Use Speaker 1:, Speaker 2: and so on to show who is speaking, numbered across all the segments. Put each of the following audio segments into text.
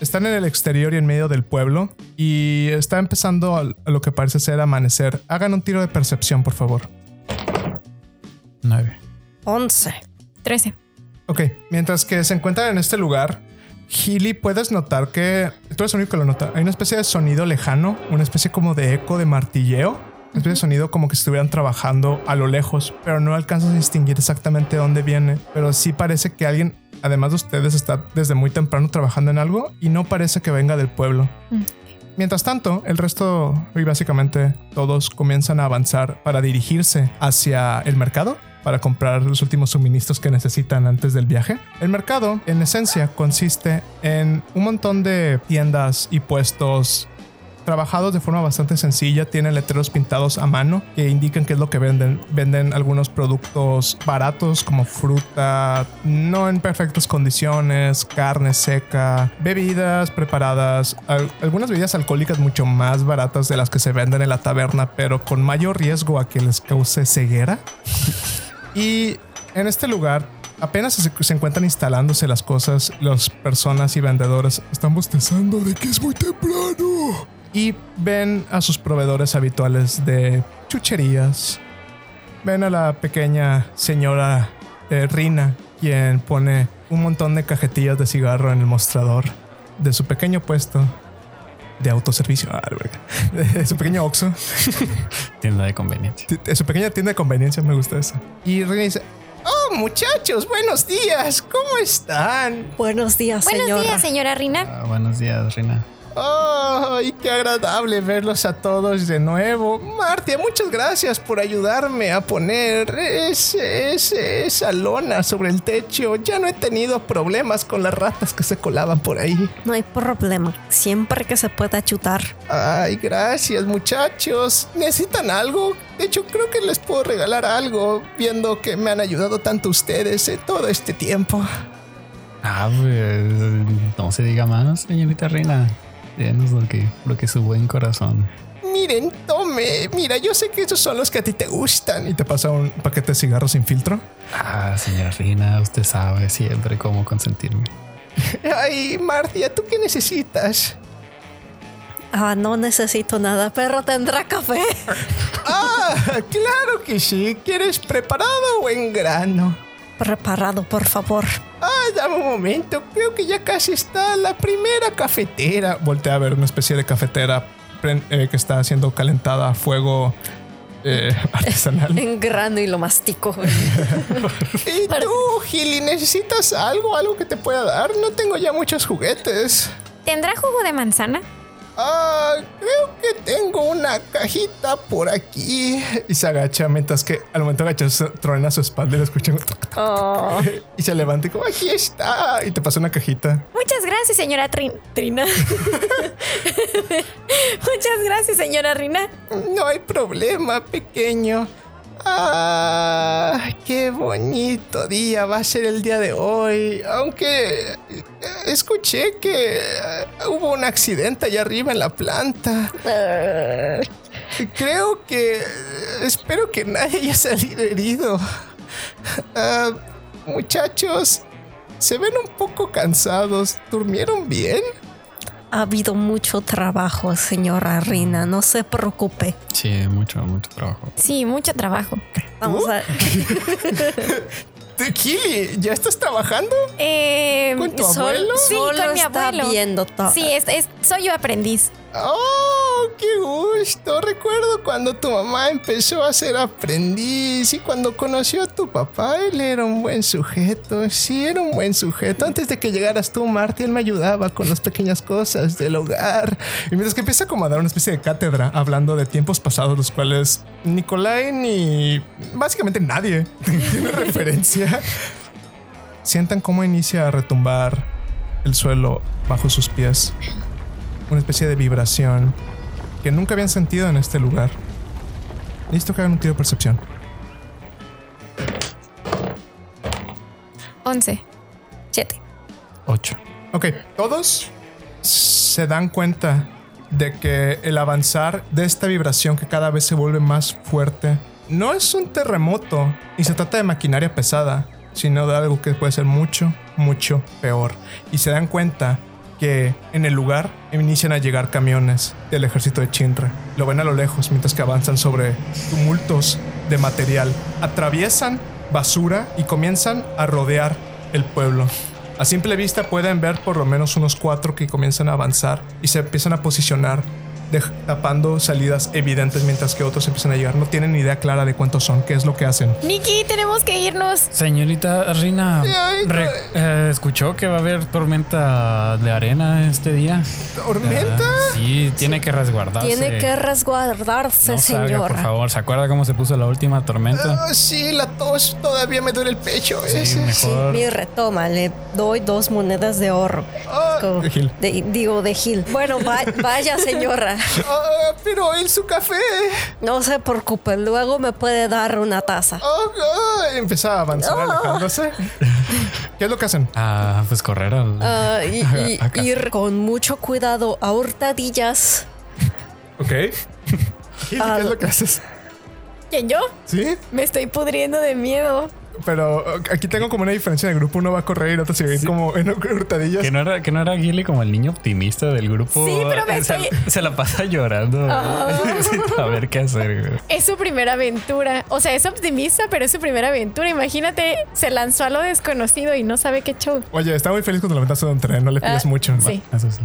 Speaker 1: Están en el exterior y en medio del pueblo y está empezando a lo que parece ser amanecer. Hagan un tiro de percepción, por favor. 9.
Speaker 2: 11.
Speaker 3: 13.
Speaker 1: Ok, mientras que se encuentran en este lugar, Gilly, puedes notar que tú eres el único que lo nota. Hay una especie de sonido lejano, una especie como de eco de martilleo, una especie de sonido como que estuvieran trabajando a lo lejos, pero no alcanzas a distinguir exactamente dónde viene. Pero sí parece que alguien, además de ustedes, está desde muy temprano trabajando en algo y no parece que venga del pueblo.
Speaker 3: Mm.
Speaker 1: Mientras tanto, el resto y básicamente todos comienzan a avanzar para dirigirse hacia el mercado para comprar los últimos suministros que necesitan antes del viaje. El mercado, en esencia, consiste en un montón de tiendas y puestos trabajados de forma bastante sencilla, tienen letreros pintados a mano que indican qué es lo que venden. Venden algunos productos baratos como fruta, no en perfectas condiciones, carne seca, bebidas preparadas, al- algunas bebidas alcohólicas mucho más baratas de las que se venden en la taberna, pero con mayor riesgo a que les cause ceguera. Y en este lugar apenas se, se encuentran instalándose las cosas, las personas y vendedores están bostezando de que es muy temprano. Y ven a sus proveedores habituales de chucherías. Ven a la pequeña señora eh, Rina, quien pone un montón de cajetillas de cigarro en el mostrador de su pequeño puesto de autoservicio. Ah, la verga. de su pequeño Oxxo.
Speaker 4: Tienda de conveniencia.
Speaker 1: T- Es su pequeña tienda de conveniencia, me gusta eso. Y Rina dice: Oh, muchachos, buenos días, ¿cómo están?
Speaker 2: Buenos días,
Speaker 3: Buenos
Speaker 2: señora.
Speaker 3: días, señora Rina.
Speaker 4: Ah, buenos días, Rina.
Speaker 1: ¡Oh, y qué agradable verlos a todos de nuevo! Martia, muchas gracias por ayudarme a poner ese, ese- esa lona sobre el techo. Ya no he tenido problemas con las ratas que se colaban por ahí.
Speaker 2: No hay problema. Siempre que se pueda chutar.
Speaker 1: Ay, gracias muchachos. ¿Necesitan algo? De hecho, creo que les puedo regalar algo, viendo que me han ayudado tanto ustedes en todo este tiempo.
Speaker 4: Ah, pues no se diga más, señorita Rina. Denos lo que, lo que su buen corazón.
Speaker 1: Miren, tome. Mira, yo sé que esos son los que a ti te gustan. Y te pasa un paquete de cigarros sin filtro.
Speaker 4: Ah, señora Rina, usted sabe siempre cómo consentirme.
Speaker 1: Ay, Marcia, ¿tú qué necesitas?
Speaker 2: Ah, no necesito nada, pero tendrá café.
Speaker 1: Ah, claro que sí. ¿Quieres preparado o en grano?
Speaker 2: Preparado, por favor.
Speaker 1: Ah, dame un momento. Creo que ya casi está la primera cafetera. Voltea a ver una especie de cafetera pren- eh, que está siendo calentada a fuego eh, artesanal.
Speaker 2: En grano y lo mastico.
Speaker 1: ¿Y tú, Gili, necesitas algo? ¿Algo que te pueda dar? No tengo ya muchos juguetes.
Speaker 3: ¿Tendrá jugo de manzana?
Speaker 1: Ah, creo que tengo una cajita por aquí. Y se agacha mientras que al momento agachas truena su espalda y lo escuchan.
Speaker 2: Oh,
Speaker 1: Y se levanta y como aquí está. Y te pasa una cajita.
Speaker 3: Muchas gracias, señora Trin- Trina. Muchas gracias, señora Rina.
Speaker 1: No hay problema, pequeño. Ah, qué bonito día va a ser el día de hoy. Aunque eh, escuché que eh, hubo un accidente allá arriba en la planta. Creo que... eh, Espero que nadie haya salido herido. Ah, muchachos, se ven un poco cansados. ¿Durmieron bien?
Speaker 2: ha habido mucho trabajo, señora Rina. No se preocupe.
Speaker 4: Sí, mucho, mucho trabajo.
Speaker 3: Sí, mucho trabajo.
Speaker 2: Vamos a.
Speaker 1: Tequili, ¿ya estás trabajando?
Speaker 3: Eh,
Speaker 1: ¿Con tu
Speaker 3: sol-
Speaker 1: abuelo?
Speaker 3: Sí,
Speaker 2: Solo
Speaker 3: con mi
Speaker 2: está
Speaker 3: abuelo.
Speaker 2: viendo todo.
Speaker 3: Sí, es, es- soy yo aprendiz.
Speaker 1: ¡Oh, qué gusto! Recuerdo cuando tu mamá empezó a ser aprendiz y cuando conoció a tu papá, él era un buen sujeto. Sí, era un buen sujeto. Antes de que llegaras tú, Marty, él me ayudaba con las pequeñas cosas del hogar. Y mientras que empieza como a dar una especie de cátedra hablando de tiempos pasados, los cuales Nicolai ni básicamente nadie tiene referencia. Sientan cómo inicia a retumbar el suelo bajo sus pies una especie de vibración que nunca habían sentido en este lugar. Listo que hagan un tiro de percepción.
Speaker 3: 11. 7.
Speaker 4: Ocho.
Speaker 1: Ok, todos se dan cuenta de que el avanzar de esta vibración que cada vez se vuelve más fuerte no es un terremoto y se trata de maquinaria pesada, sino de algo que puede ser mucho, mucho peor. Y se dan cuenta que en el lugar inician a llegar camiones del ejército de Chintra. Lo ven a lo lejos mientras que avanzan sobre tumultos de material. Atraviesan basura y comienzan a rodear el pueblo. A simple vista pueden ver por lo menos unos cuatro que comienzan a avanzar y se empiezan a posicionar dej- tapando salidas evidentes mientras que otros empiezan a llegar. No tienen ni idea clara de cuántos son, qué es lo que hacen.
Speaker 3: Nikki, tenemos que irnos.
Speaker 4: Señorita Rina,
Speaker 1: Ay,
Speaker 4: re-
Speaker 1: ay.
Speaker 4: eh, ¿escuchó que va a haber tormenta de arena este día?
Speaker 1: ¿Tormenta?
Speaker 4: Ah, Sí, tiene que resguardarse.
Speaker 2: Tiene que resguardarse,
Speaker 4: Ah, no salga, por
Speaker 2: señora.
Speaker 4: favor. ¿Se acuerda cómo se puso la última tormenta?
Speaker 1: Ah, sí, la tos todavía me duele el pecho.
Speaker 4: Sí, mejor.
Speaker 2: Mi retoma, le doy dos monedas de oro.
Speaker 1: Ah,
Speaker 2: Como-
Speaker 1: de Gil.
Speaker 2: de- digo, de Gil. Bueno, va- vaya, señora.
Speaker 1: Ah, pero en su café.
Speaker 2: No se preocupe, luego me puede dar una taza.
Speaker 1: Ah, ah, Empieza a avanzar alejándose. ¿Qué es lo que hacen?
Speaker 4: Ah, pues correr al.
Speaker 2: Ah, y, y-
Speaker 4: Acá.
Speaker 2: ir con mucho cuidado a hurtadillas.
Speaker 1: Ok. ¿Qué
Speaker 2: Ah,
Speaker 1: es lo que haces?
Speaker 3: ¿Quién yo?
Speaker 1: Sí,
Speaker 3: Me estoy pudriendo de miedo.
Speaker 1: pero eh, aquí tengo como una diferencia de grupo. Uno va a correr y el otro se ve como en hurtadillas.
Speaker 4: Que no era, que no era Gilly como el niño optimista del grupo.
Speaker 3: Sí, pero me
Speaker 4: Eh, se,
Speaker 3: estoy-
Speaker 4: se la pasa llorando. sin saber qué hacer, güey.
Speaker 3: Es su primera aventura. O sea, es optimista, pero es su primera aventura. Imagínate, se lanzó a lo desconocido y no sabe qué show.
Speaker 1: Oye, está muy feliz cuando lo aventaste de un tren. No le pides
Speaker 3: Ah,
Speaker 1: mucho.
Speaker 3: Sí,
Speaker 4: Eso sí.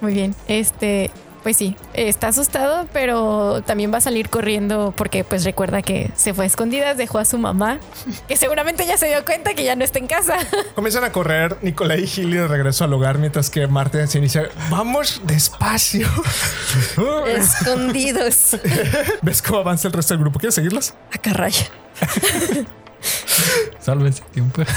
Speaker 3: muy bien. Este, pues sí, está asustado, pero también va a salir corriendo porque pues recuerda que se fue a escondidas, dejó a su mamá, que seguramente ya se dio cuenta que ya no está en casa.
Speaker 1: Comienzan a correr Nicolai y Gilly de regreso al hogar mientras que Marta se inicia. Vamos despacio.
Speaker 2: Escondidos.
Speaker 1: ¿Ves cómo avanza el resto del grupo? ¿Quieres seguirlas?
Speaker 2: A carraya.
Speaker 4: Sálvese tiempo.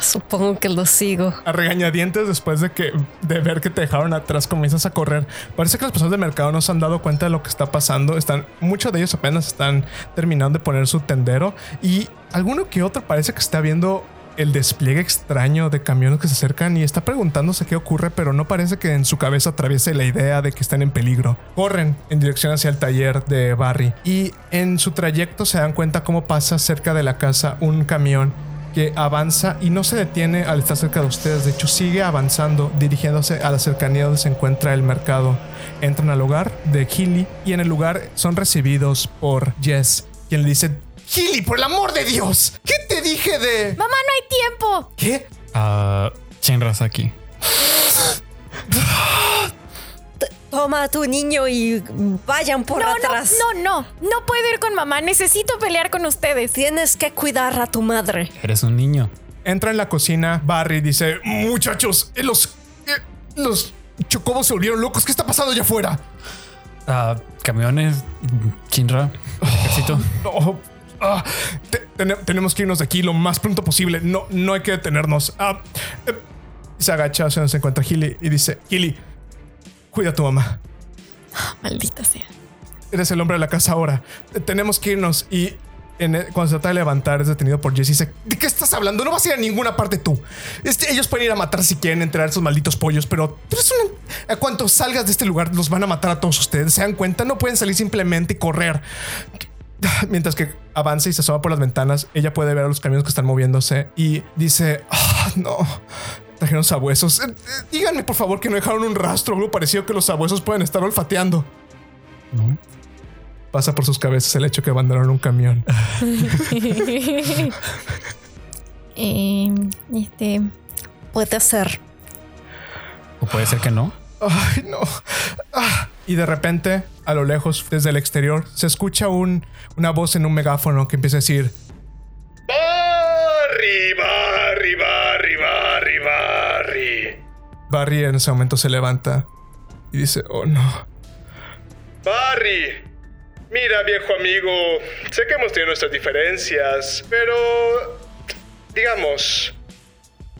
Speaker 2: Supongo que lo sigo.
Speaker 1: a regañadientes después de que de ver que te dejaron atrás comienzas a correr. Parece que las personas de mercado no se han dado cuenta de lo que está pasando. Están muchos de ellos apenas están terminando de poner su tendero y alguno que otro parece que está viendo el despliegue extraño de camiones que se acercan y está preguntándose qué ocurre, pero no parece que en su cabeza atraviese la idea de que están en peligro. Corren en dirección hacia el taller de Barry y en su trayecto se dan cuenta cómo pasa cerca de la casa un camión que avanza y no se detiene al estar cerca de ustedes. De hecho, sigue avanzando, dirigiéndose a la cercanía donde se encuentra el mercado. Entran al hogar de Gilly y en el lugar son recibidos por Jess, quien le dice: Gilly, por el amor de Dios, ¿qué te dije de.?
Speaker 3: Mamá, no hay tiempo.
Speaker 1: ¿Qué?
Speaker 4: Ah, Shinrazaki.
Speaker 2: Toma a tu niño y vayan por
Speaker 3: No,
Speaker 2: atrás.
Speaker 3: no, no, no, no puedo ir con mamá. Necesito pelear con ustedes.
Speaker 2: Tienes que cuidar a tu madre.
Speaker 4: Eres un niño.
Speaker 1: Entra en la cocina, Barry dice: Muchachos, eh, los. eh, los chocobos se volvieron locos, ¿qué está pasando allá afuera?
Speaker 4: Ah, camiones, Shinra, el ejército.
Speaker 1: No. Ah, te- tene- tenemos que irnos de aquí lo más pronto posible. No, no hay que detenernos. Ah, eh, se agacha hacia donde se encuentra Gilly y dice: Gilly, cuida a tu mamá.
Speaker 3: Maldita sea.
Speaker 1: Eres el hombre de la casa ahora. Eh, Tenemos que irnos. Y en- e, cuando se trata de levantar, es detenido por Jesse. y Dice: ¿De qué estás hablando? No vas a ir a ninguna parte tú. Este, ellos pueden ir a matar si quieren, entrar esos malditos pollos, pero tú eres una- a cuanto salgas de este lugar, los van a matar a todos ustedes. ¿Se dan cuenta? No pueden salir simplemente y correr. Mientras que avanza y se asoma por las ventanas, ella puede ver a los camiones que están moviéndose y dice: "Ah, No, trajeron sabuesos. Eh, eh, Díganme por favor que no dejaron un rastro, algo parecido que los sabuesos pueden estar olfateando.
Speaker 3: Oh.
Speaker 4: No.
Speaker 1: Pasa por sus cabezas el hecho que abandonaron un camión.
Speaker 3: Eh, este,
Speaker 2: Puede ser.
Speaker 4: O puede ser que no.
Speaker 1: Ay, no. Ah. Y de repente, a lo lejos, desde el exterior, se escucha un, una voz en un megáfono que empieza a decir:
Speaker 5: Barry, Barry, Barry, Barry, Barry.
Speaker 1: Barry en ese momento se levanta y dice: Oh no.
Speaker 5: Barry. Mira, viejo amigo, sé que hemos tenido nuestras diferencias, pero... Digamos,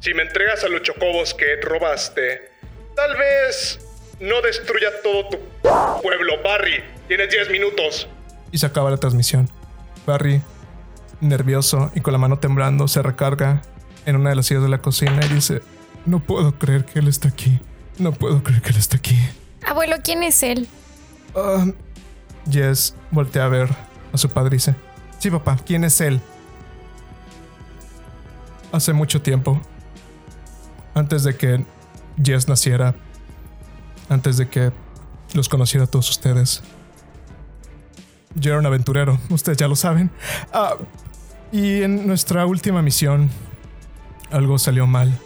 Speaker 5: si me entregas a los chocobos que robaste, tal vez no destruya todo tu pueblo, Barry. Tienes 10 minutos.
Speaker 1: y se acaba la transmisión. Barry, nervioso y con la mano temblando, se recarga en una de las sillas de la cocina y dice, no puedo creer que él está aquí. No puedo creer que él está aquí.
Speaker 3: abuelo, ¿quién es él?
Speaker 1: Ah, Jess voltea a ver a su padre y dice, sí papá, ¿quién es él? Hace mucho tiempo, antes de que Jess naciera, antes de que los conociera a todos ustedes. Yo era un aventurero, ustedes ya lo saben. Ah, y en nuestra última misión, algo salió mal.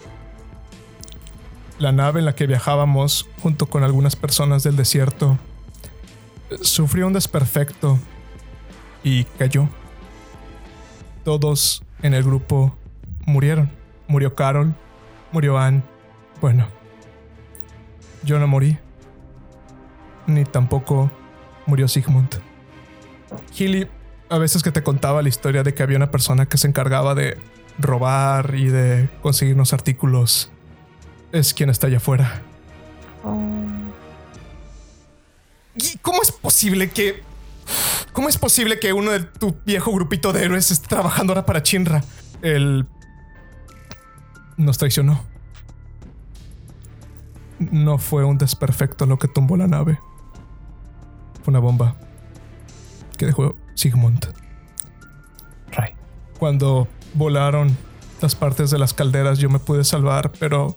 Speaker 1: La nave en la que viajábamos, junto con algunas personas del desierto, sufrió un desperfecto y cayó. Todos en el grupo murieron. Murió Carol, murió Ann. Bueno, yo no morí. Ni tampoco murió Sigmund. Hilly, a veces que te contaba la historia de que había una persona que se encargaba de robar y de conseguirnos artículos, es quien está allá afuera. ¿Y ¿Cómo es posible que... ¿Cómo es posible que uno de tu viejo grupito de héroes esté trabajando ahora para Chinra? Él nos traicionó. No fue un desperfecto lo que tumbó la nave. Fue una bomba que dejó Sigmund.
Speaker 4: Ray.
Speaker 1: Cuando volaron las partes de las calderas, yo me pude salvar, pero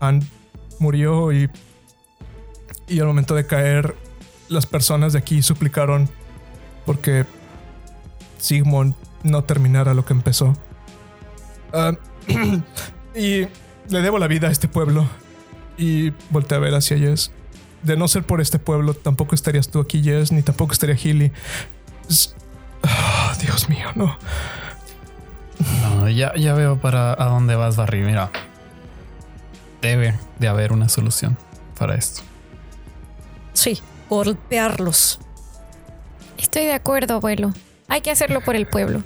Speaker 1: Ann murió y. Y al momento de caer, las personas de aquí suplicaron porque Sigmund no terminara lo que empezó. Ah, y le debo la vida a este pueblo. Y volteé a ver hacia Jess. De no ser por este pueblo, tampoco estarías tú aquí, Jess, ni tampoco estaría Hilly. Es- Ah, Dios mío, no.
Speaker 4: No, ya, ya veo para a dónde vas, Barry. Mira, debe de haber una solución para esto.
Speaker 2: Sí, golpearlos.
Speaker 3: Estoy de acuerdo, abuelo. Hay que hacerlo por el pueblo.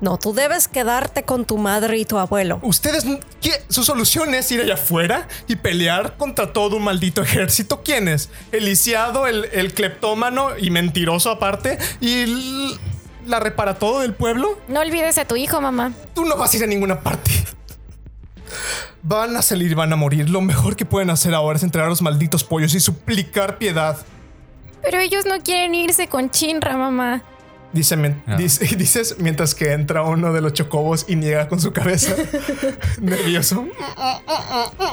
Speaker 2: No, tú debes quedarte con tu madre y tu abuelo.
Speaker 1: ¿Ustedes qué? ¿Su solución es ir allá afuera y pelear contra todo un maldito ejército? ¿Quién es? El lisiado, el, el cleptómano y mentiroso aparte. ¿Y l- la repara todo del pueblo?
Speaker 3: No olvides a tu hijo, mamá.
Speaker 1: Tú no vas a ir a ninguna parte. Van a salir, van a morir. Lo mejor que pueden hacer ahora es entrar a los malditos pollos y suplicar piedad.
Speaker 3: Pero ellos no quieren irse con Chinra, mamá.
Speaker 1: Dice, mien-
Speaker 4: Ah.
Speaker 1: dice- dices mientras que entra uno de los chocobos y niega con su cabeza. Nervioso.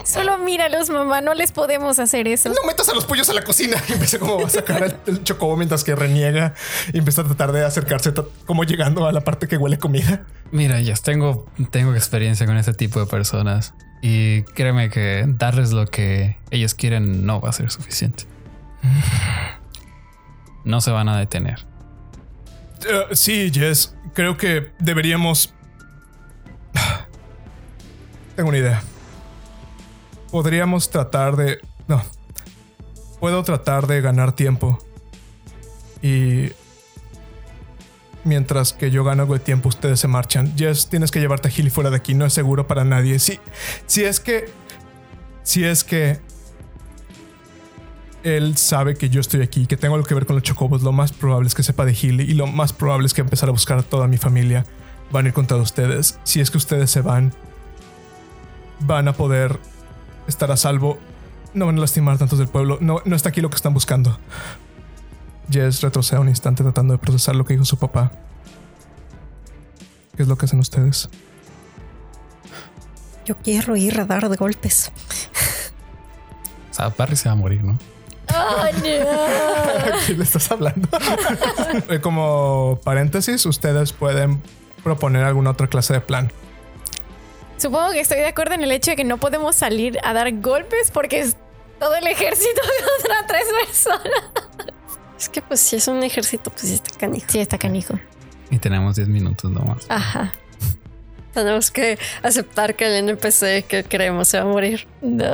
Speaker 3: Solo míralos, mamá. No les podemos hacer eso.
Speaker 1: No metas a los pollos a la cocina. Y empieza como a sacar el, el chocobo mientras que reniega y empieza a tratar de acercarse, ta- como llegando a la parte que huele comida.
Speaker 4: Mira, ya tengo, tengo experiencia con este tipo de personas. Y créeme que darles lo que ellos quieren no va a ser suficiente. No se van a detener.
Speaker 1: Eh, sí, Jess, creo que deberíamos. Tengo una idea. Podríamos tratar de. No. Puedo tratar de ganar tiempo. Y. Mientras que yo gano algo de tiempo, ustedes se marchan. Jess, tienes que llevarte a Hilly fuera de aquí. No es seguro para nadie. Si, si es que. Si es que. Él sabe que yo estoy aquí, que tengo algo que ver con los chocobos. Lo más probable es que sepa de Hilly y lo más probable es que empezar a buscar a toda mi familia. Van a ir contra ustedes. Si es que ustedes se van, van a poder estar a salvo. No van a lastimar tantos del pueblo. No, no está aquí lo que están buscando. Jess retrocede un instante tratando de procesar lo que dijo su papá. ¿Qué es lo que hacen ustedes?
Speaker 2: Yo quiero ir a dar de golpes.
Speaker 4: O sea, Barry se va a morir, ¿no?
Speaker 1: ¿A quién le estás hablando? Eh, Como paréntesis, ustedes pueden proponer alguna otra clase de plan.
Speaker 3: Supongo que estoy de acuerdo en el hecho de que no podemos salir a dar golpes porque es todo el ejército contra tres personas.
Speaker 2: Es que pues si es un ejército, pues sí está canijo.
Speaker 3: Sí, está canijo.
Speaker 4: Y tenemos 10 minutos nomás.
Speaker 2: Ajá. Tenemos que aceptar que el NPC que creemos se va a morir.
Speaker 3: No.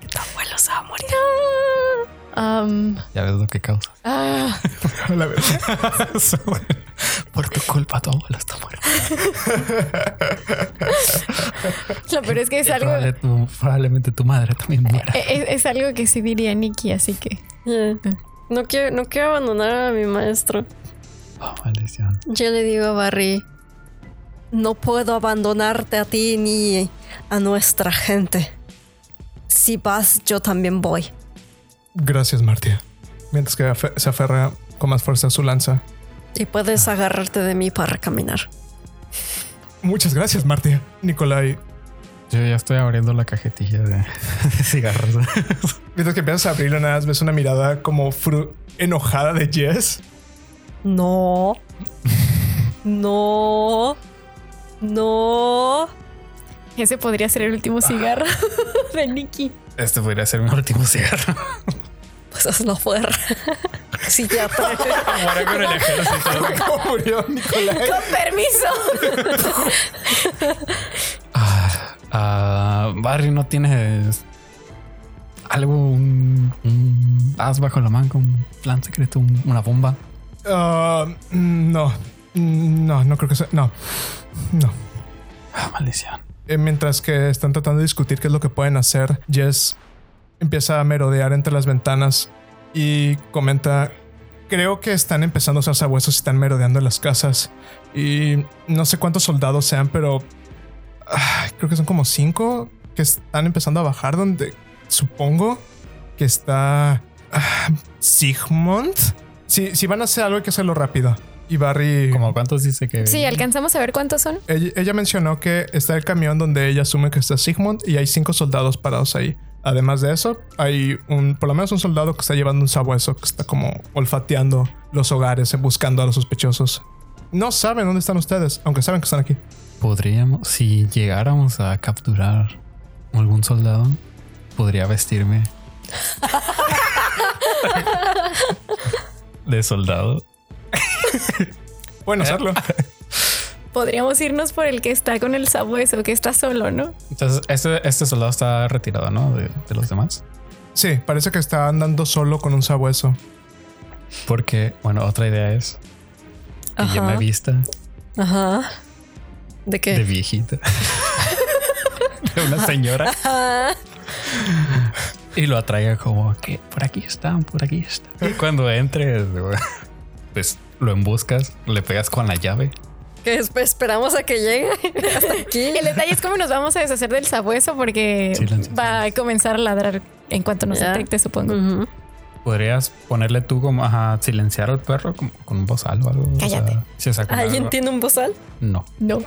Speaker 2: Que tu abuelo se va a morir.
Speaker 3: Am,
Speaker 4: Ya ves lo que causa.
Speaker 3: Um, ah.
Speaker 1: A la vez.
Speaker 4: Por tu culpa, tu abuelo está muerto.
Speaker 3: Lo peor es que es algo,
Speaker 4: Probable- tu- probablemente tu madre también muera.
Speaker 3: es, es algo que sí diría Nikki, así que
Speaker 2: Yeah. Eh, No quiero, no quiero abandonar a mi maestro.
Speaker 4: Oh, maldición.
Speaker 2: Yo le digo a Barry, no puedo abandonarte a ti ni a nuestra gente. Si vas, yo también voy.
Speaker 1: Gracias, Martia. Mientras que afe- se aferra con más fuerza a su lanza.
Speaker 2: Y puedes agarrarte de mí para caminar.
Speaker 1: Muchas gracias, Martia. Nicolai
Speaker 4: Yo ya estoy abriendo la cajetilla de, de cigarros.
Speaker 1: Mientras que empiezas a abrirlo, nada más ves una mirada como fru- enojada de Jess.
Speaker 2: No. No. No.
Speaker 3: Ese podría ser el último cigarro de Nicky.
Speaker 4: Este podría ser mi último cigarro.
Speaker 2: Pues hazlo fuera. Sí, ya.
Speaker 4: Ahora con el ejército.
Speaker 1: ¿Cómo murió Nicolai?
Speaker 3: Con permiso.
Speaker 4: Ah, ah, Barry, ¿no tienes algo, un, un as bajo la manga, un plan secreto, un- una bomba?
Speaker 1: Ah, mm, no, Mm, no, no creo que sea. No, no.
Speaker 4: Ah, maldición.
Speaker 1: Eh, mientras que están tratando de discutir qué es lo que pueden hacer, Jess empieza a merodear entre las ventanas y comenta: Creo que están empezando a usar sabuesos y están merodeando en las casas. Y no sé cuántos soldados sean, pero ah, creo que son como cinco que están empezando a bajar. Donde supongo que está ah, Sigmund. Si, si van a hacer algo, hay que hacerlo rápido. Y Barry.
Speaker 4: ¿Como cuántos dice que?
Speaker 3: Sí, alcanzamos a ver cuántos son.
Speaker 1: Ella, ella mencionó que está el camión donde ella asume que está Sigmund y hay cinco soldados parados ahí. Además de eso, hay un, por lo menos un soldado que está llevando un sabueso que está como olfateando los hogares, eh, buscando a los sospechosos. No saben dónde están ustedes, aunque saben que están aquí.
Speaker 4: Podríamos, si llegáramos a capturar algún soldado, podría vestirme de soldado.
Speaker 3: ¿Eh?
Speaker 1: Pueden hacerlo.
Speaker 3: Podríamos irnos por el que está con el sabueso, que está solo, ¿no?
Speaker 4: Entonces, este, este soldado está retirado, ¿no? De, de los demás.
Speaker 1: Sí, parece que está andando solo con un sabueso.
Speaker 4: Porque, bueno, otra idea es que yo me
Speaker 2: Ajá.
Speaker 4: vista
Speaker 2: Ajá. ¿De qué?
Speaker 4: de viejita. de una señora.
Speaker 2: Ah,
Speaker 4: Y lo atraiga como que por aquí están, por aquí están. Y cuando entres, pues lo embuscas, le pegas con la llave.
Speaker 2: que esp- esperamos a que llegue hasta aquí.
Speaker 3: El detalle es cómo nos vamos a deshacer del sabueso porque
Speaker 4: Sí, lanza
Speaker 3: va a comenzar a ladrar en cuanto nos
Speaker 2: Ya.
Speaker 3: detecte, supongo.
Speaker 2: Ujú.
Speaker 4: Podrías ponerle tú como a silenciar al perro como con un bozal o algo.
Speaker 3: Cállate.
Speaker 4: si saca una-
Speaker 2: ¿Alguien tiene un bozal?
Speaker 4: No.
Speaker 3: No.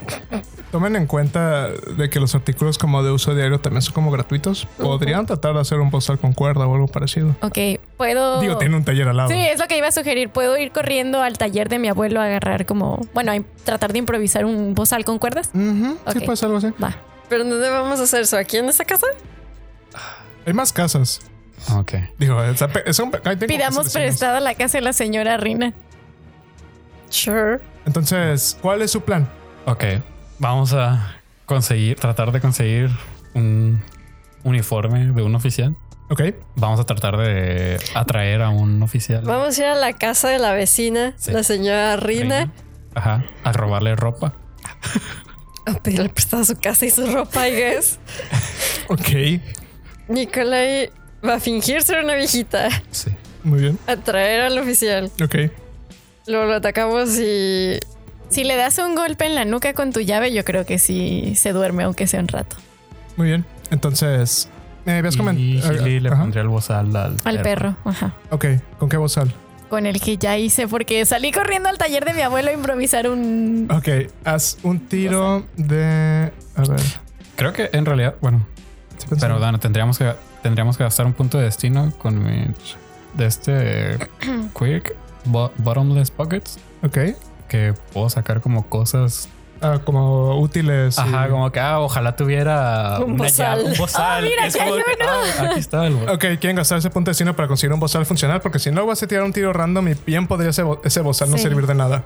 Speaker 1: Tomen en cuenta de que los artículos como de uso diario también son como gratuitos. Podrían tratar de hacer un postal con cuerda o algo parecido.
Speaker 3: Ok, puedo.
Speaker 1: Digo, tiene un taller al lado.
Speaker 3: Oh. Sí, es lo que iba a sugerir. Puedo ir corriendo al taller de mi abuelo a agarrar como. Bueno, a tratar de improvisar un bozal con cuerdas.
Speaker 1: Ujú, Sí,
Speaker 3: Ok.
Speaker 1: puede ser algo así.
Speaker 3: Va.
Speaker 2: ¿Pero dónde vamos a hacer eso? ¿Aquí en esta casa?
Speaker 1: Hay más casas.
Speaker 4: Ok.
Speaker 1: Digo, está pe- es un pe- ahí tengo
Speaker 3: Pidamos
Speaker 1: casas vecinas.
Speaker 3: prestada la casa de la señora Rina.
Speaker 2: Sure.
Speaker 1: Entonces, ¿cuál es su plan?
Speaker 4: Ok. Vamos a conseguir, tratar de conseguir un uniforme de un oficial.
Speaker 1: Ok.
Speaker 4: Vamos a tratar de atraer a un oficial.
Speaker 2: Vamos a ir a la casa de la vecina,
Speaker 4: Sí.
Speaker 2: la señora Rina,
Speaker 4: Ajá. A robarle ropa.
Speaker 2: a pedirle prestada su casa y su ropa, I guess.
Speaker 1: Ok.
Speaker 2: Nicolai va a fingir ser una viejita,
Speaker 4: Sí.
Speaker 1: Muy bien.
Speaker 2: atraer al oficial.
Speaker 1: Ok.
Speaker 2: Luego lo atacamos y.
Speaker 3: Si le das un golpe en la nuca con tu llave, yo creo que sí se duerme, aunque sea un rato.
Speaker 1: Muy bien. Entonces, eh, ¿ves comen-
Speaker 4: Y Gili le
Speaker 1: Ajá.
Speaker 4: pondría el bozal al,
Speaker 3: Al perro, ajá.
Speaker 1: Ok. ¿Con qué bozal?
Speaker 3: Con el que ya hice, porque salí corriendo al taller de mi abuelo a improvisar un.
Speaker 1: Ok. Haz un tiro de. A ver.
Speaker 4: Creo que en realidad, bueno,
Speaker 1: sí pensé.
Speaker 4: pero bueno, tendríamos que tendríamos que gastar un punto de destino con mi de este quick bo- bottomless pockets
Speaker 1: Ok.
Speaker 4: que puedo sacar como cosas.
Speaker 1: Ah, como útiles. y-
Speaker 4: Ajá, como que ah, ojalá tuviera
Speaker 2: Un bozal.
Speaker 4: llave- un bozal.
Speaker 3: Ah, mira,
Speaker 4: Es
Speaker 3: ya
Speaker 4: como
Speaker 3: hay
Speaker 4: que, ah, aquí está el bozal.
Speaker 1: Ok, quieren gastar ese punto de destino para conseguir un bozal funcional, porque si no vas a tirar un tiro random y bien podría ese, bo- ese bozal no
Speaker 3: Sí.
Speaker 1: servir de nada.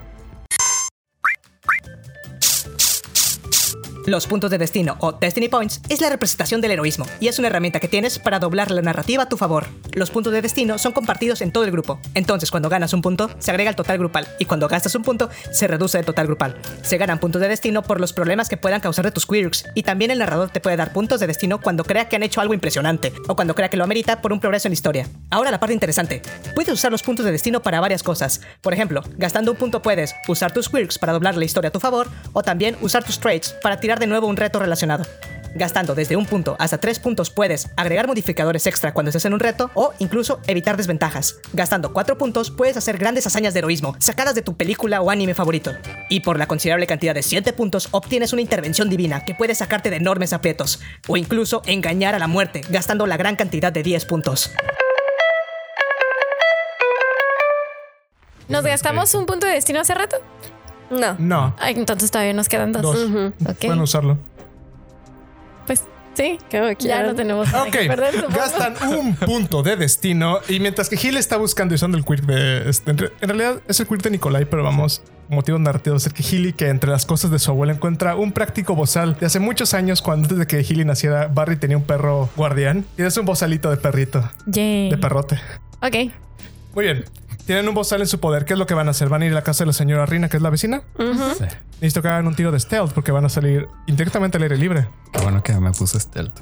Speaker 6: Los puntos de destino o Destiny Points es la representación del heroísmo y es una herramienta que tienes para doblar la narrativa a tu favor. Los puntos de destino son compartidos en todo el grupo. Entonces, cuando ganas un punto, se agrega el total grupal y cuando gastas un punto, se reduce el total grupal. Se ganan puntos de destino por los problemas que puedan causar de tus quirks y también el narrador te puede dar puntos de destino cuando crea que han hecho algo impresionante o cuando crea que lo amerita por un progreso en la historia. Ahora la parte interesante. Puedes usar los puntos de destino para varias cosas. Por ejemplo, gastando un punto puedes usar tus quirks para doblar la historia a tu favor o también usar tus traits para tirar de nuevo un reto relacionado. Gastando desde un punto hasta tres puntos puedes agregar modificadores extra cuando estés en un reto o incluso evitar desventajas. Gastando cuatro puntos puedes hacer grandes hazañas de heroísmo sacadas de tu película o anime favorito. Y por la considerable cantidad de siete puntos obtienes una intervención divina que puede sacarte de enormes aprietos o incluso engañar a la muerte gastando la gran cantidad de 10 puntos.
Speaker 3: ¿Nos gastamos un punto de destino hace rato?
Speaker 2: No.
Speaker 1: No,
Speaker 3: Ay, entonces todavía nos quedan Ah, dos.
Speaker 1: dos.
Speaker 3: Ok.
Speaker 1: Pueden usarlo.
Speaker 3: Pues sí,
Speaker 2: Como
Speaker 3: ya
Speaker 2: quieran.
Speaker 3: no tenemos nada
Speaker 1: Ok,
Speaker 3: que perder, supongo.
Speaker 1: gastan un punto de destino y mientras que Gil está buscando y usando el quirk de... este, en, re- en realidad es el quirk de Nicolai, pero vamos, motivo narrativo es que Gilly, que entre las cosas de su abuela encuentra un práctico bozal de hace muchos años, cuando antes de que Gilly naciera, Barry tenía un perro guardián y es un bozalito de perrito,
Speaker 3: Yay.
Speaker 1: de perrote.
Speaker 3: Ok.
Speaker 1: Muy bien. Tienen un bozal en su poder. ¿Qué es lo que van a hacer? ¿Van a ir a la casa de la señora Rina, que es la vecina?
Speaker 4: Sí.
Speaker 1: Necesito que hagan un tiro de stealth porque van a salir indirectamente al aire libre.
Speaker 4: Qué bueno que me puse stealth.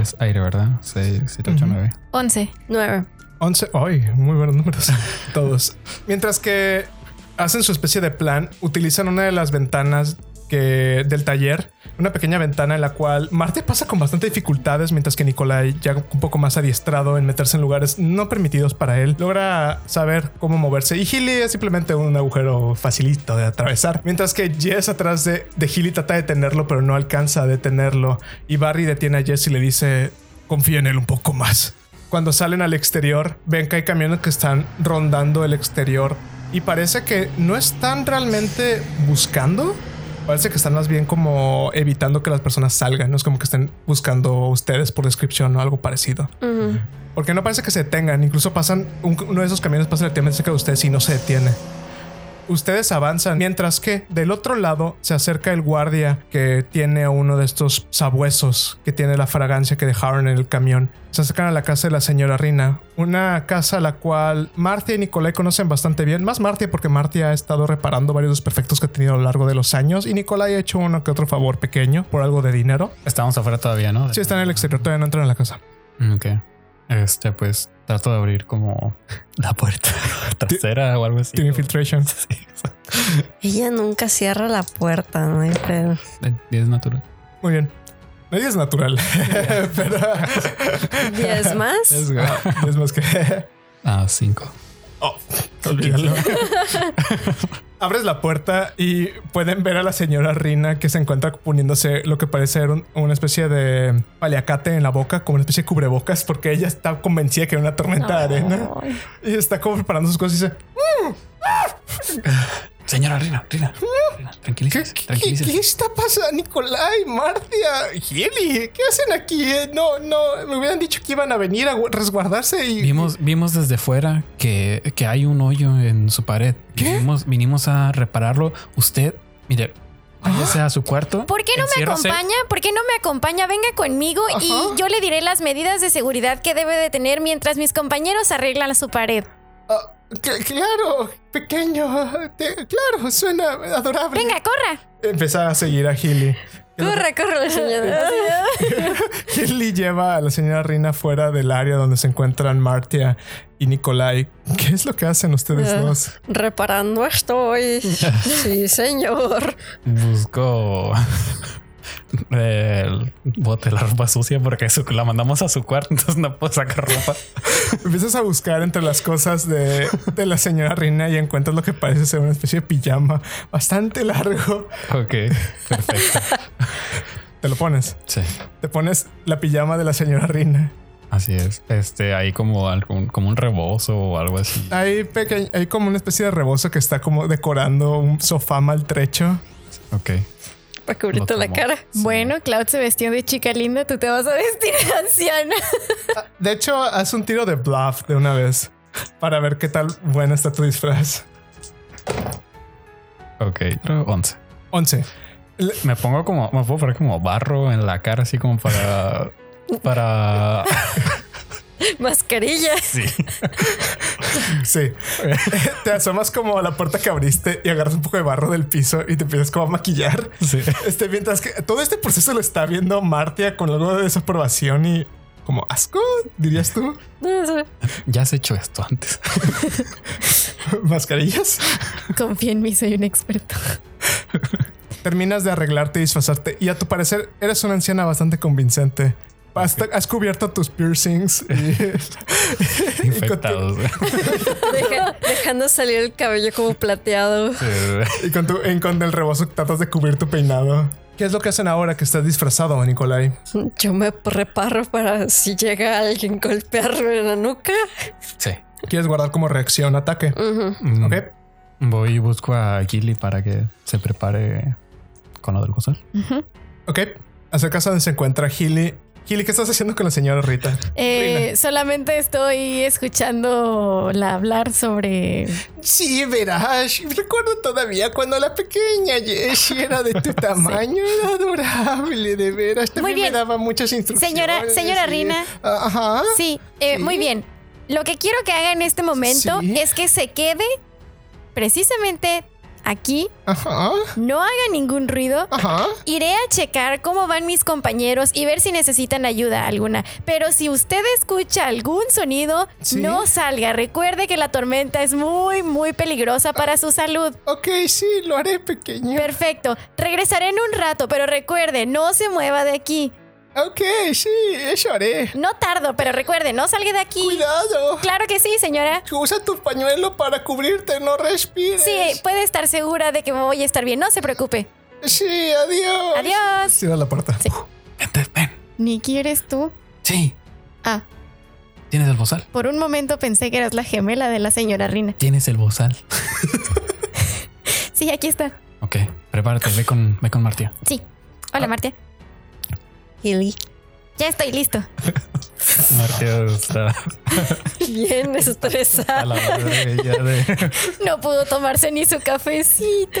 Speaker 4: Es aire, ¿verdad? 6, 7, 8, 9.
Speaker 3: 11.
Speaker 2: Nueve.
Speaker 1: 11. ¡Ay! Muy buenos números. Todos. Mientras que hacen su especie de plan, utilizan una de las ventanas que, del taller, una pequeña ventana en la cual Marte pasa con bastante dificultades, mientras que Nicolai, ya un poco más adiestrado en meterse en lugares no permitidos para él, logra saber cómo moverse. Y Gilly es simplemente un agujero facilito de atravesar. Mientras que Jess atrás de, de Gilly trata de detenerlo, pero no alcanza a detenerlo. Y Barry detiene a Jess y le dice, confía en él un poco más. Cuando salen al exterior, ven que hay camiones que están rondando el exterior y parece que no están realmente buscando. Parece que están más bien como evitando que las personas salgan. No es como que estén buscando a ustedes por descripción o algo parecido. Porque no parece que se detengan. Incluso pasan, un- uno de esos camiones pasa relativamente cerca de ustedes y no se detiene. Ustedes avanzan, mientras que del otro lado se acerca el guardia que tiene uno de estos sabuesos que tiene la fragancia que dejaron en el camión. Se acercan a la casa de la señora Rina, una casa a la cual Martia y Nicolai conocen bastante bien, más Martia porque Martia ha estado reparando varios desperfectos que ha tenido a lo largo de los años y Nicolai ha hecho uno que otro favor pequeño por algo de dinero.
Speaker 4: Estamos afuera todavía, ¿no?
Speaker 1: Sí, están en el exterior, todavía no entran a la casa.
Speaker 4: Ok. Este, pues trato de abrir como la puerta trasera o algo así.
Speaker 1: Tiene infiltration.
Speaker 4: Sí,
Speaker 2: Ella nunca cierra la puerta, no hay pedo.
Speaker 4: es natural.
Speaker 1: Muy bien. Nadie es natural, pero
Speaker 2: Diez más.
Speaker 1: es más que...
Speaker 4: Ah, cinco.
Speaker 1: Olvídalo. Abres la puerta y pueden ver a la señora Rina que se encuentra poniéndose lo que parece ser un- una especie de paliacate en la boca, como una especie de cubrebocas, porque ella está convencida que hay una tormenta de arena
Speaker 3: Ay.
Speaker 1: y está como preparando sus cosas y dice:
Speaker 4: Señora Rina, Rina. Rina,
Speaker 1: ¿Qué,
Speaker 4: Tranquilícese,
Speaker 1: qué-
Speaker 4: tranquilícese.
Speaker 1: qué está pasando, Nicolai, Martia, Geli? ¿Qué hacen aquí? eh? No, no, me hubieran dicho que iban a venir a gu- resguardarse y.
Speaker 4: Vimos, vimos desde fuera que, que hay un hoyo en su pared.
Speaker 1: ¿Qué?
Speaker 4: Vinimos, vinimos a repararlo. Usted, mire, váyase a su cuarto.
Speaker 3: ¿Por qué no me
Speaker 4: enciérrese.
Speaker 3: acompaña? ¿Por qué no me acompaña? Venga conmigo y yo le diré las medidas de seguridad que debe de tener mientras mis compañeros arreglan su pared.
Speaker 1: Ah, cl- claro, pequeño. te- claro, suena adorable.
Speaker 3: Venga, corra.
Speaker 1: Empezaba a seguir a Gilly.
Speaker 2: Corre, corre la señora.
Speaker 1: Gilly lleva a la señora Rina fuera del área donde se encuentran Martia y Nicolai. ¿Qué es lo que hacen ustedes
Speaker 2: Ah.
Speaker 1: dos?
Speaker 2: Reparando estoy. Sí, señor.
Speaker 4: Busco el bote de la ropa sucia porque su- la mandamos a su cuarto, entonces no puedo sacar ropa.
Speaker 1: Empiezas a buscar entre las cosas de, de la señora Rina y encuentras lo que parece ser una especie de pijama bastante largo.
Speaker 4: ok, perfecto.
Speaker 1: Te lo pones.
Speaker 4: Sí,
Speaker 1: Te pones la pijama de la señora Rina.
Speaker 4: así es. Este, ahí como, algún- como un rebozo o algo así.
Speaker 1: Hay, peque- hay como una especie de rebozo que está como decorando un sofá maltrecho.
Speaker 4: Ok.
Speaker 2: Para
Speaker 4: lo
Speaker 2: cubrirte la
Speaker 4: tomo.
Speaker 2: cara.
Speaker 4: Sí.
Speaker 3: Bueno, Cloud se vestió de chica linda, tú te vas a vestir de anciana.
Speaker 1: De hecho, haz un tiro de bluff de una vez para ver qué tal buena está tu disfraz.
Speaker 4: Ok, creo 11.
Speaker 1: 11.
Speaker 4: Me pongo como, me puedo poner como barro en la cara, así como para. Para.
Speaker 2: Mascarilla.
Speaker 4: Sí.
Speaker 1: Sí. te asomas como a la puerta que abriste y agarras un poco de barro del piso y te empiezas como a maquillar.
Speaker 4: Sí.
Speaker 1: Este, mientras que todo este proceso lo está viendo Martia con algo de desaprobación y como asco, dirías tú.
Speaker 2: No sé.
Speaker 4: Ya has hecho esto antes.
Speaker 1: Mascarillas.
Speaker 3: Confía en mí, soy un experto.
Speaker 1: Terminas de arreglarte y disfrazarte y a tu parecer eres una anciana bastante convincente. Hasta- has cubierto tus piercings y, y con tu-
Speaker 4: Infectados.
Speaker 2: Deja- dejando salir el cabello como plateado.
Speaker 1: Y con, tu, en- con el rebozo tratas de cubrir tu peinado. ¿Qué es lo que hacen ahora que estás disfrazado, Nicolai?
Speaker 2: Yo me preparo para si llega alguien a golpearme en la nuca.
Speaker 4: sí.
Speaker 1: ¿Quieres guardar como reacción ataque?
Speaker 4: Mm,
Speaker 1: Ok.
Speaker 4: Voy y busco a Gilly para que se prepare con lo del gozal.
Speaker 1: Ok. Acercas a donde se encuentra Gilly. Gilly, ¿qué estás haciendo con la señora Rita?
Speaker 3: Eh,
Speaker 1: Reina.
Speaker 3: solamente estoy escuchando la hablar sobre.
Speaker 1: Sí, verás. Recuerdo todavía cuando la pequeña Jessie era de tu tamaño. Era adorable, de veras.
Speaker 3: Muy bien.
Speaker 1: daba muchas
Speaker 3: Señora- señora
Speaker 1: y-
Speaker 3: Rina.
Speaker 1: Ajá.
Speaker 3: Sí, eh,
Speaker 1: Sí.
Speaker 3: muy bien. Lo que quiero que haga en este momento
Speaker 1: Sí.
Speaker 3: es que se quede precisamente aquí,
Speaker 1: Ajá.
Speaker 3: no haga ningún ruido.
Speaker 1: Ajá.
Speaker 3: Iré a checar cómo van mis compañeros y ver si necesitan ayuda alguna. Pero si usted escucha algún sonido,
Speaker 1: Sí.
Speaker 3: no salga. Recuerde que la tormenta es muy, muy peligrosa para su salud.
Speaker 1: Ok, sí, lo haré pequeño.
Speaker 3: Perfecto. Regresaré en un rato, pero recuerde, no se mueva de aquí.
Speaker 1: ok, sí, eso haré.
Speaker 3: No tardo, pero recuerde, no salga de aquí.
Speaker 1: Cuidado.
Speaker 3: Claro que sí, señora.
Speaker 1: Usa tu pañuelo para cubrirte, no respires.
Speaker 3: Sí, puede estar segura de que voy a estar bien. No se preocupe.
Speaker 1: Sí, adiós.
Speaker 3: Adiós.
Speaker 1: Cierra la puerta.
Speaker 3: Sí.
Speaker 4: Vente, ven.
Speaker 3: Ni quieres tú?
Speaker 4: Sí.
Speaker 3: Ah,
Speaker 4: ¿Tienes el bozal?
Speaker 3: por un momento pensé que eras la gemela de la señora Rina.
Speaker 4: Tienes el bozal.
Speaker 3: Sí, aquí está.
Speaker 4: Ok, prepárate, ve con, ve con Martía.
Speaker 3: Sí. Hola, Martia.
Speaker 2: Gilly.
Speaker 3: Ya estoy listo.
Speaker 4: Martía está
Speaker 2: Bien
Speaker 4: a
Speaker 2: estresada.
Speaker 4: la madre ya de.
Speaker 3: No pudo tomarse ni su cafecito.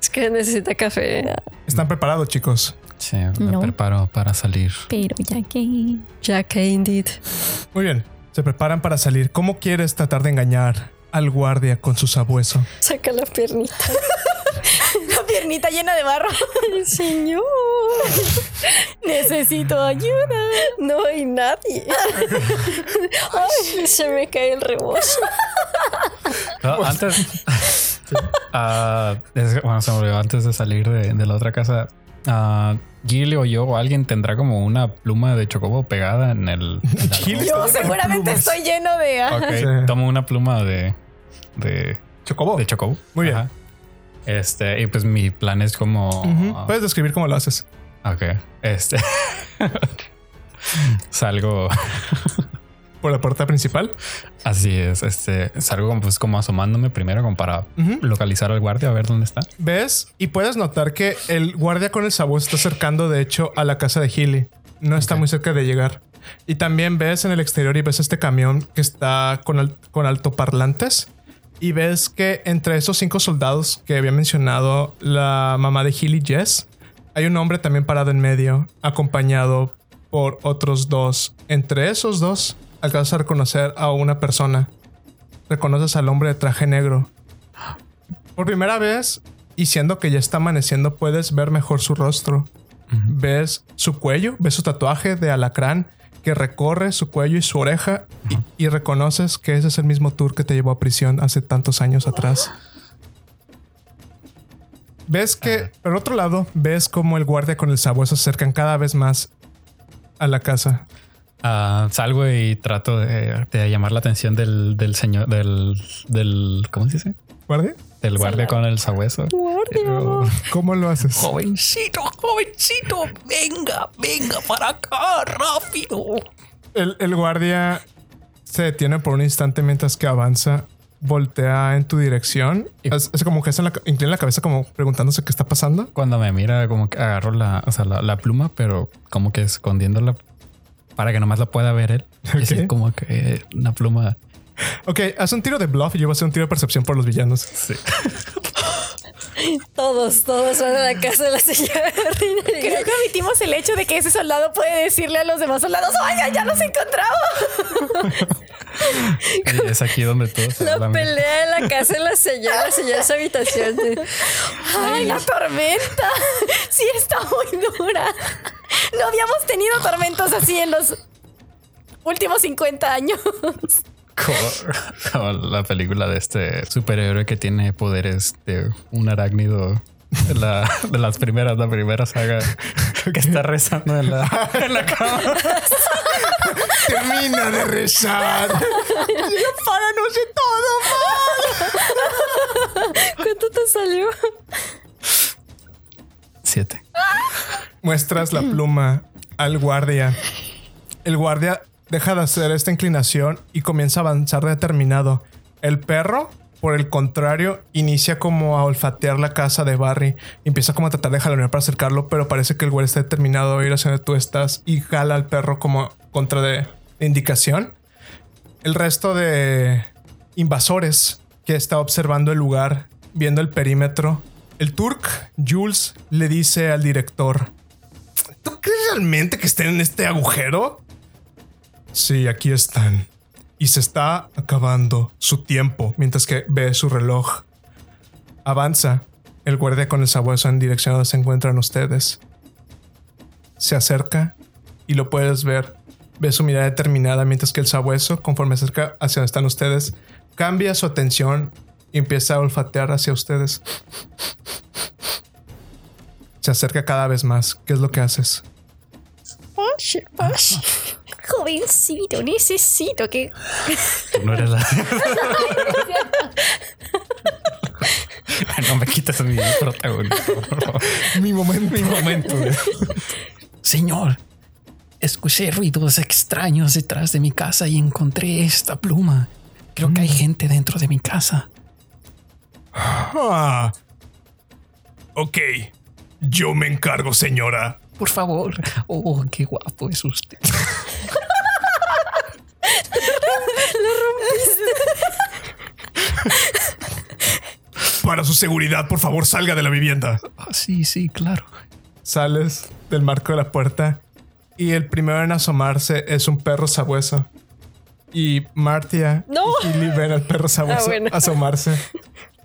Speaker 2: Es que necesita café.
Speaker 1: Están preparados, chicos.
Speaker 4: Sí, me
Speaker 3: No.
Speaker 4: preparo para salir.
Speaker 3: Pero ya que...
Speaker 2: Ya que indeed.
Speaker 1: Muy bien. Se preparan para salir. ¿Cómo quieres tratar de engañar al guardia con su sabueso?
Speaker 2: Saca la piernita.
Speaker 3: La piernita llena de barro.
Speaker 2: Señor.
Speaker 3: Necesito ayuda.
Speaker 2: No hay nadie. Ay, se me cae el rebozo.
Speaker 4: No, antes. Ah, es que, bueno, se me olvidó antes de salir de, de la otra casa. ah, Gilly o yo o alguien tendrá como una pluma de chocobo pegada en el. en la-
Speaker 1: Gilly
Speaker 3: Yo
Speaker 1: está-
Speaker 3: seguramente estoy lleno de...
Speaker 4: Ok,
Speaker 1: Sí.
Speaker 4: tomo una pluma de. de.
Speaker 1: Chocobo.
Speaker 4: de chocobo.
Speaker 1: Muy bien.
Speaker 4: Ajá. Este, y pues mi plan es como.
Speaker 1: Ujú. Pues Puedes describir cómo lo haces.
Speaker 4: Ok. Este. salgo.
Speaker 1: Por la puerta principal.
Speaker 4: Así es. Este. Salgo como, pues como asomándome primero como para
Speaker 1: Ujú.
Speaker 4: localizar al guardia, a ver dónde está.
Speaker 1: Ves y puedes notar que el guardia con el sabueso está acercando, de hecho, a la casa de Healy. No está
Speaker 4: Ok.
Speaker 1: muy cerca de llegar. Y también ves en el exterior y ves este camión que está con, al- con altoparlantes. Y ves que entre esos cinco soldados que había mencionado la mamá de Healy, Jess, hay un hombre también parado en medio, acompañado por otros dos. Entre esos dos, alcanzas a reconocer a una persona. Reconoces al hombre de traje negro. Por primera vez, y siendo que ya está amaneciendo, puedes ver mejor su rostro. Ves su cuello, ves su tatuaje de alacrán que recorre su cuello y su oreja y, y reconoces que ese es el mismo tour que te llevó a prisión hace tantos años atrás. Ves que, por otro lado, ves como el guardia con el sabueso se acercan cada vez más a la casa.
Speaker 4: Ah, salgo y trato de, de llamar la atención del, del señor, del, del, ¿cómo se dice?
Speaker 1: ¿Guardia?
Speaker 4: Del guardia con el sabueso. Pero-
Speaker 1: ¿Cómo lo
Speaker 4: Oh,
Speaker 1: haces?
Speaker 7: Jovencito, jovencito, venga, venga para acá, rápido.
Speaker 1: El, el guardia se detiene por un instante mientras que avanza, voltea en tu dirección,
Speaker 4: Y-
Speaker 1: hace hace como que hace la ca- inclina la cabeza como preguntándose qué está pasando.
Speaker 4: Cuando me mira, como que agarro la, o sea, la, la pluma, pero como que escondiéndola para que nomás la pueda ver él. Y así
Speaker 1: Ok.
Speaker 4: como que una pluma.
Speaker 1: Ok, haz un tiro de bluff y yo voy a hacer un tiro de percepción por los villanos.
Speaker 2: Todos, todos van a la casa de la señora Rina.
Speaker 3: Creo que omitimos el hecho de que ese soldado puede decirle a los demás soldados, oigan, ya los encontramos.
Speaker 4: Y es aquí donde todo se
Speaker 2: La
Speaker 4: habla, mira.
Speaker 2: pelea en la casa de la señora, la señora en su habitación.
Speaker 3: Ay, la tormenta. Sí está muy dura. No habíamos tenido tormentas así en los últimos 50 años.
Speaker 4: Como, como la película de este superhéroe que tiene poderes de un arácnido de, la- de las primeras, la primera saga que está rezando en la, en la cama.
Speaker 1: Termina de rezar. para no sé todo.
Speaker 2: ¿Cuánto te salió?
Speaker 4: Siete.
Speaker 1: Muestras la pluma al guardia. El guardia deja de hacer esta inclinación y comienza a avanzar determinado. El perro, por el contrario, inicia como a olfatear la casa de Barry. Empieza como a tratar de jalonear para acercarlo, pero parece que el guardia está determinado a ir hacia donde tú estás y jala al perro como contra de de indicación. El resto de invasores que está observando el lugar, viendo el perímetro. El Turk, Jules, le dice al director: ¿Tú crees realmente que estén en este agujero? Sí, aquí están. Y se está acabando su tiempo mientras que ve su reloj. Avanza. El guardia con el sabueso en dirección a donde se encuentran ustedes. Se acerca y lo puedes ver. Ve su mirada determinada mientras que el sabueso, conforme se acerca hacia donde están ustedes, cambia su atención y empieza a olfatear hacia ustedes. Se acerca cada vez más. ¿Qué es lo que haces?
Speaker 8: Posh, posh. Jovencito, necesito que.
Speaker 4: Tú No eres la. no me quitas mi protagonista, por favor.
Speaker 1: Mi momento. Mi momento.
Speaker 7: Señor, escuché ruidos extraños detrás de mi casa y encontré esta pluma. Creo que hay gente dentro de mi casa.
Speaker 1: Ah. ok. Yo me encargo, señora.
Speaker 7: Por favor. Oh, qué guapo es usted.
Speaker 1: Para su seguridad, por favor, salga de la vivienda.
Speaker 7: Ah, sí, sí, claro.
Speaker 1: Sales del marco de la puerta y el primero en asomarse es un perro sabueso. Y Martia
Speaker 2: No.
Speaker 1: y Gilly ven al perro sabueso
Speaker 2: Ah, bueno.
Speaker 1: asomarse.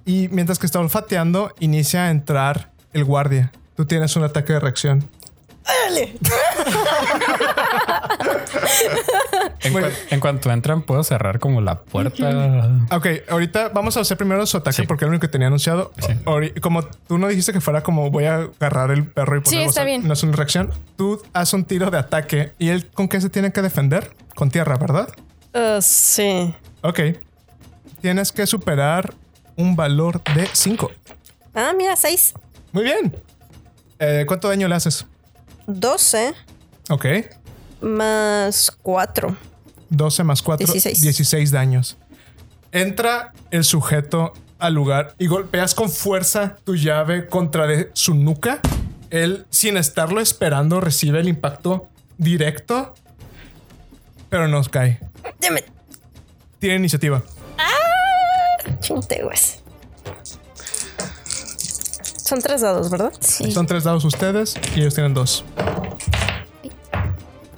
Speaker 1: Y mientras que está olfateando, inicia a entrar el guardia. Tú tienes un ataque de reacción.
Speaker 4: En,
Speaker 1: Bueno.
Speaker 4: cuan- en cuanto entran, puedo cerrar como la puerta.
Speaker 1: Ok, ahorita vamos a hacer primero su ataque
Speaker 4: Sí.
Speaker 1: porque era lo único que tenía anunciado. Ahori- Como tú no dijiste que fuera como voy a agarrar el perro y ponerlo,
Speaker 3: está
Speaker 1: o sea,
Speaker 3: bien.
Speaker 1: No es una reacción. Tú haz un tiro de ataque y él con qué se tiene que defender? Con tierra, ¿verdad?
Speaker 2: Eh, sí.
Speaker 1: Ok. Tienes que superar un valor de 5.
Speaker 2: Ah, mira, 6.
Speaker 1: Muy bien. Eh, ¿Cuánto daño le haces?
Speaker 2: 12
Speaker 1: Ok.
Speaker 2: más 4.
Speaker 1: 12 más 4, 16.
Speaker 2: Dieciséis.
Speaker 1: daños. Entra el sujeto al lugar y golpeas con fuerza tu llave contra de su nuca. Él, sin estarlo esperando, recibe el impacto directo, pero no cae.
Speaker 2: Damn it.
Speaker 1: Tiene iniciativa.
Speaker 2: Chinte, güey. Son tres dados, ¿verdad? Sí.
Speaker 1: Son tres dados ustedes y ellos tienen dos.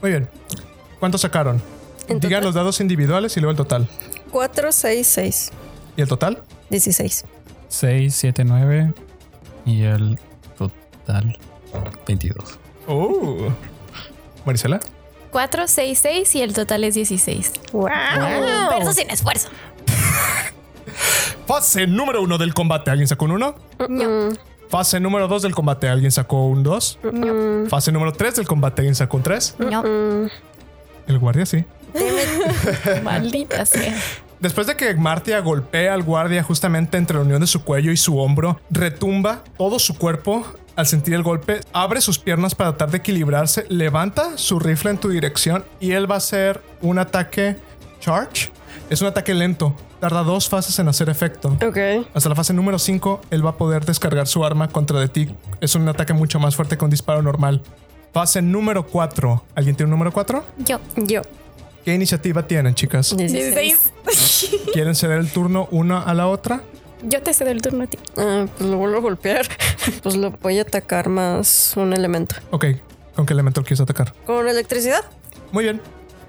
Speaker 1: Muy bien. ¿Cuántos sacaron? Digan los dados individuales y luego el total.
Speaker 2: 4, 6, 6.
Speaker 1: ¿Y el total?
Speaker 2: 16.
Speaker 4: 6, 7, 9 y el total 22.
Speaker 1: Oh. Marisela.
Speaker 3: 4, 6, 6 y el total es 16.
Speaker 2: ¡Wow!
Speaker 8: Verso sin esfuerzo.
Speaker 1: Fase número uno del combate. ¿Alguien sacó un uno? Fase número dos del combate. ¿Alguien sacó un dos?
Speaker 3: Mm.
Speaker 1: Fase número tres del combate. ¿Alguien sacó un tres?
Speaker 3: No,
Speaker 1: El guardia sí.
Speaker 3: maldita sea.
Speaker 1: Después de que Martia golpea al guardia justamente entre la unión de su cuello y su hombro, retumba todo su cuerpo al sentir el golpe, abre sus piernas para tratar de equilibrarse, levanta su rifle en tu dirección y él va a hacer un ataque charge. Es un ataque lento, tarda dos fases en hacer efecto.
Speaker 2: Ok. eh,
Speaker 1: Hasta la fase número 5, él va a poder descargar su arma contra de ti. Es un ataque mucho más fuerte que un disparo normal. Fase número 4. ¿Alguien tiene un número 4?
Speaker 3: Yo,
Speaker 2: Yo.
Speaker 1: ¿Qué iniciativa tienen, chicas?
Speaker 3: 16.
Speaker 1: ¿Quieren ceder el turno una a la otra?
Speaker 3: Yo te cedo el turno a ti.
Speaker 2: Ah, pues lo vuelvo a golpear. Pues lo voy a atacar más un elemento.
Speaker 1: Ok, ¿con qué elemento quieres atacar?
Speaker 2: ¿Con electricidad?
Speaker 1: Muy bien.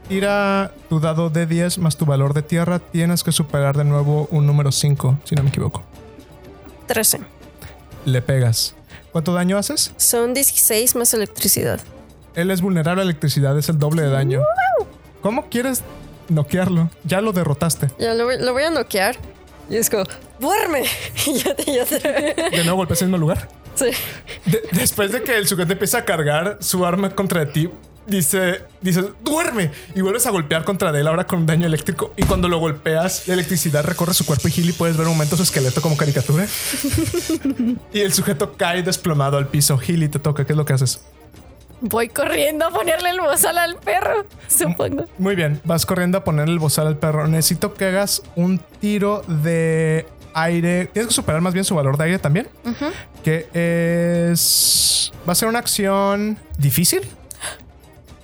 Speaker 1: Tira tu dado de 10 más tu valor de tierra. Tienes que superar de nuevo un número 5, si no me equivoco.
Speaker 2: 13.
Speaker 1: Le pegas. ¿Cuánto daño haces?
Speaker 2: Son 16 más electricidad.
Speaker 1: Él es vulnerable a electricidad, es el doble de daño. ¿Cómo quieres noquearlo? Ya lo derrotaste.
Speaker 2: Ya lo voy, lo voy a noquear. Y es como, ¡duerme! Y ya te, ya te-
Speaker 1: De nuevo golpeas en el mismo lugar.
Speaker 2: Sí.
Speaker 1: De- después de que el sujeto empieza a cargar su arma contra ti, dice, dice, duerme. Y vuelves a golpear contra él ahora con daño eléctrico. Y cuando lo golpeas, la electricidad recorre su cuerpo y Gil y puedes ver un momento su esqueleto como caricatura. y el sujeto cae desplomado al piso. Gil y te toca. ¿Qué es lo que haces?
Speaker 3: Voy corriendo a ponerle el bozal al perro, supongo.
Speaker 1: Muy bien, vas corriendo a poner el bozal al perro. Necesito que hagas un tiro de aire. Tienes que superar más bien su valor de aire también. Que es. Va a ser una acción difícil.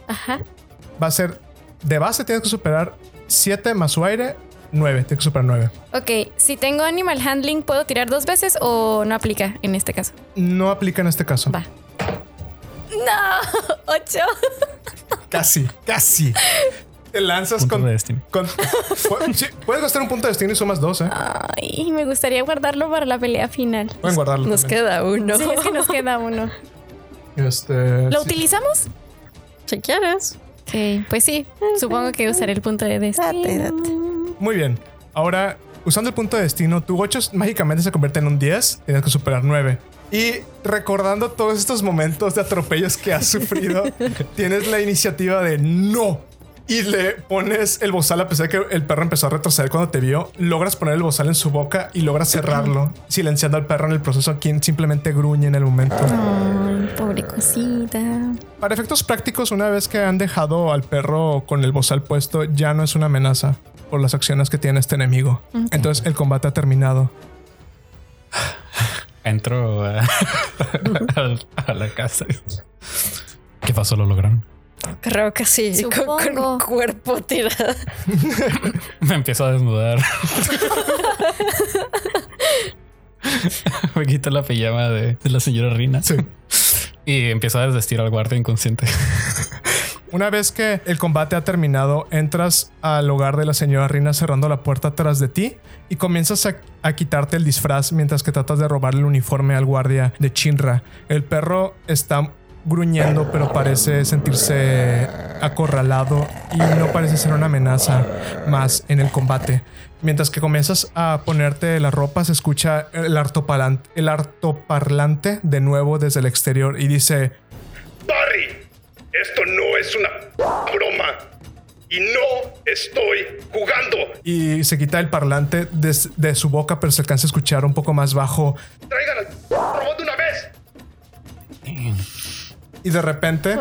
Speaker 3: Ajá.
Speaker 1: Va a ser. De base tienes que superar 7 más su aire, 9. Tienes que superar 9.
Speaker 3: Ok, si tengo animal handling, ¿puedo tirar dos veces o no aplica en este caso?
Speaker 1: No aplica en este caso.
Speaker 3: Va. ¡No! ¡Ocho!
Speaker 1: Casi, casi. Te lanzas
Speaker 4: Punto
Speaker 1: con.
Speaker 4: de destino.
Speaker 1: con- pu- sí, puedes gastar un punto de destino y sumas 2, ¿eh?
Speaker 3: Ay, me gustaría guardarlo para la pelea final.
Speaker 1: Pueden guardarlo.
Speaker 2: Nos
Speaker 1: también.
Speaker 2: queda uno.
Speaker 3: Sí, es que nos queda uno.
Speaker 1: Este,
Speaker 3: ¿Lo
Speaker 1: sí.
Speaker 3: utilizamos?
Speaker 2: Si quieres.
Speaker 3: Ok, pues sí. Supongo que usaré el punto de
Speaker 2: Date,
Speaker 3: destino.
Speaker 2: date.
Speaker 1: Muy bien. Ahora, usando el punto de destino, tu 8 mágicamente se convierte en un 10. Tienes que superar 9. Y recordando todos estos momentos de atropellos que has sufrido, tienes la iniciativa de no. Y le pones el bozal, a pesar de que el perro empezó a retroceder cuando te vio, logras poner el bozal en su boca y logras cerrarlo, silenciando al perro en el proceso, quien simplemente gruñe en el momento.
Speaker 3: Ay, pobre cosita.
Speaker 1: Para efectos prácticos, una vez que han dejado al perro con el bozal puesto, ya no es una amenaza por las acciones que tiene este enemigo. Entonces el combate ha terminado.
Speaker 4: Entro a, a la casa. ¿Qué pasó? ¿Lo lograron?
Speaker 2: Creo que sí. Con- Con,
Speaker 3: Supongo.
Speaker 2: cuerpo tirado.
Speaker 4: Me empiezo a desnudar. Me quito la pijama de, de la señora Rina. Y empiezo a desvestir al guardia inconsciente.
Speaker 1: Una vez que el combate ha terminado, entras al hogar de la señora Rina cerrando la puerta tras de ti y comienzas a, a quitarte el disfraz mientras que tratas de robar el uniforme al guardia de Chinra. El perro está gruñendo pero parece sentirse acorralado y no parece ser una amenaza más en el combate. Mientras que comienzas a ponerte la ropa, se escucha el artoparlante, el artoparlante de nuevo desde el exterior y dice...
Speaker 5: Barry, esto no es una broma. Y no estoy jugando.
Speaker 1: y se quita el parlante des- de, su boca, pero se alcanza a escuchar un poco más bajo.
Speaker 5: Traigan al robot de una vez.
Speaker 1: Y de repente,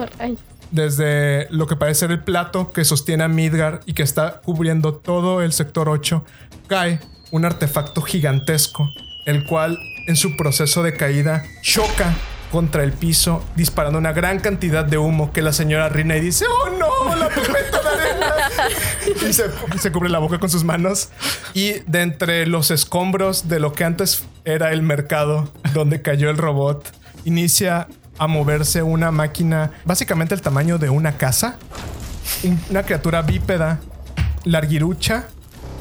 Speaker 1: desde lo que parece ser el plato que sostiene a Midgar y que está cubriendo todo el sector 8, cae un artefacto gigantesco, el cual en su proceso de caída choca contra el piso, disparando una gran cantidad de humo que la señora Rina y dice, ¡Oh no! ¡La pipeta de arena! y se, se cubre la boca con sus manos. Y de entre los escombros de lo que antes era el mercado donde cayó el robot, inicia a moverse una máquina, básicamente el tamaño de una casa, un- una criatura bípeda, larguirucha,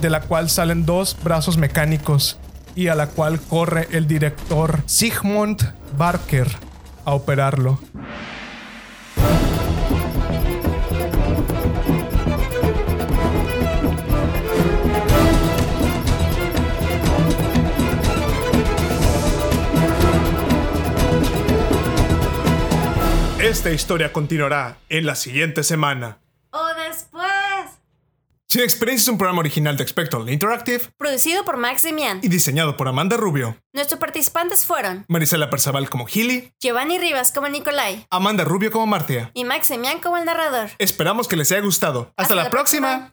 Speaker 1: de la cual salen dos brazos mecánicos y a la cual corre el director Sigmund Barker a operarlo. Esta historia continuará en la siguiente semana.
Speaker 9: O después.
Speaker 1: Sin Experiencia es un programa original de Spectral Interactive
Speaker 9: Producido por Max Demian.
Speaker 1: y diseñado por Amanda Rubio,
Speaker 9: Nuestros participantes fueron
Speaker 1: Marisela Perzaval como Gilly,
Speaker 9: Giovanni Rivas como Nicolai
Speaker 1: Amanda Rubio como Martia.
Speaker 9: y Max Demian como el narrador.
Speaker 1: Esperamos que les haya gustado. ¡Hasta, la, próxima.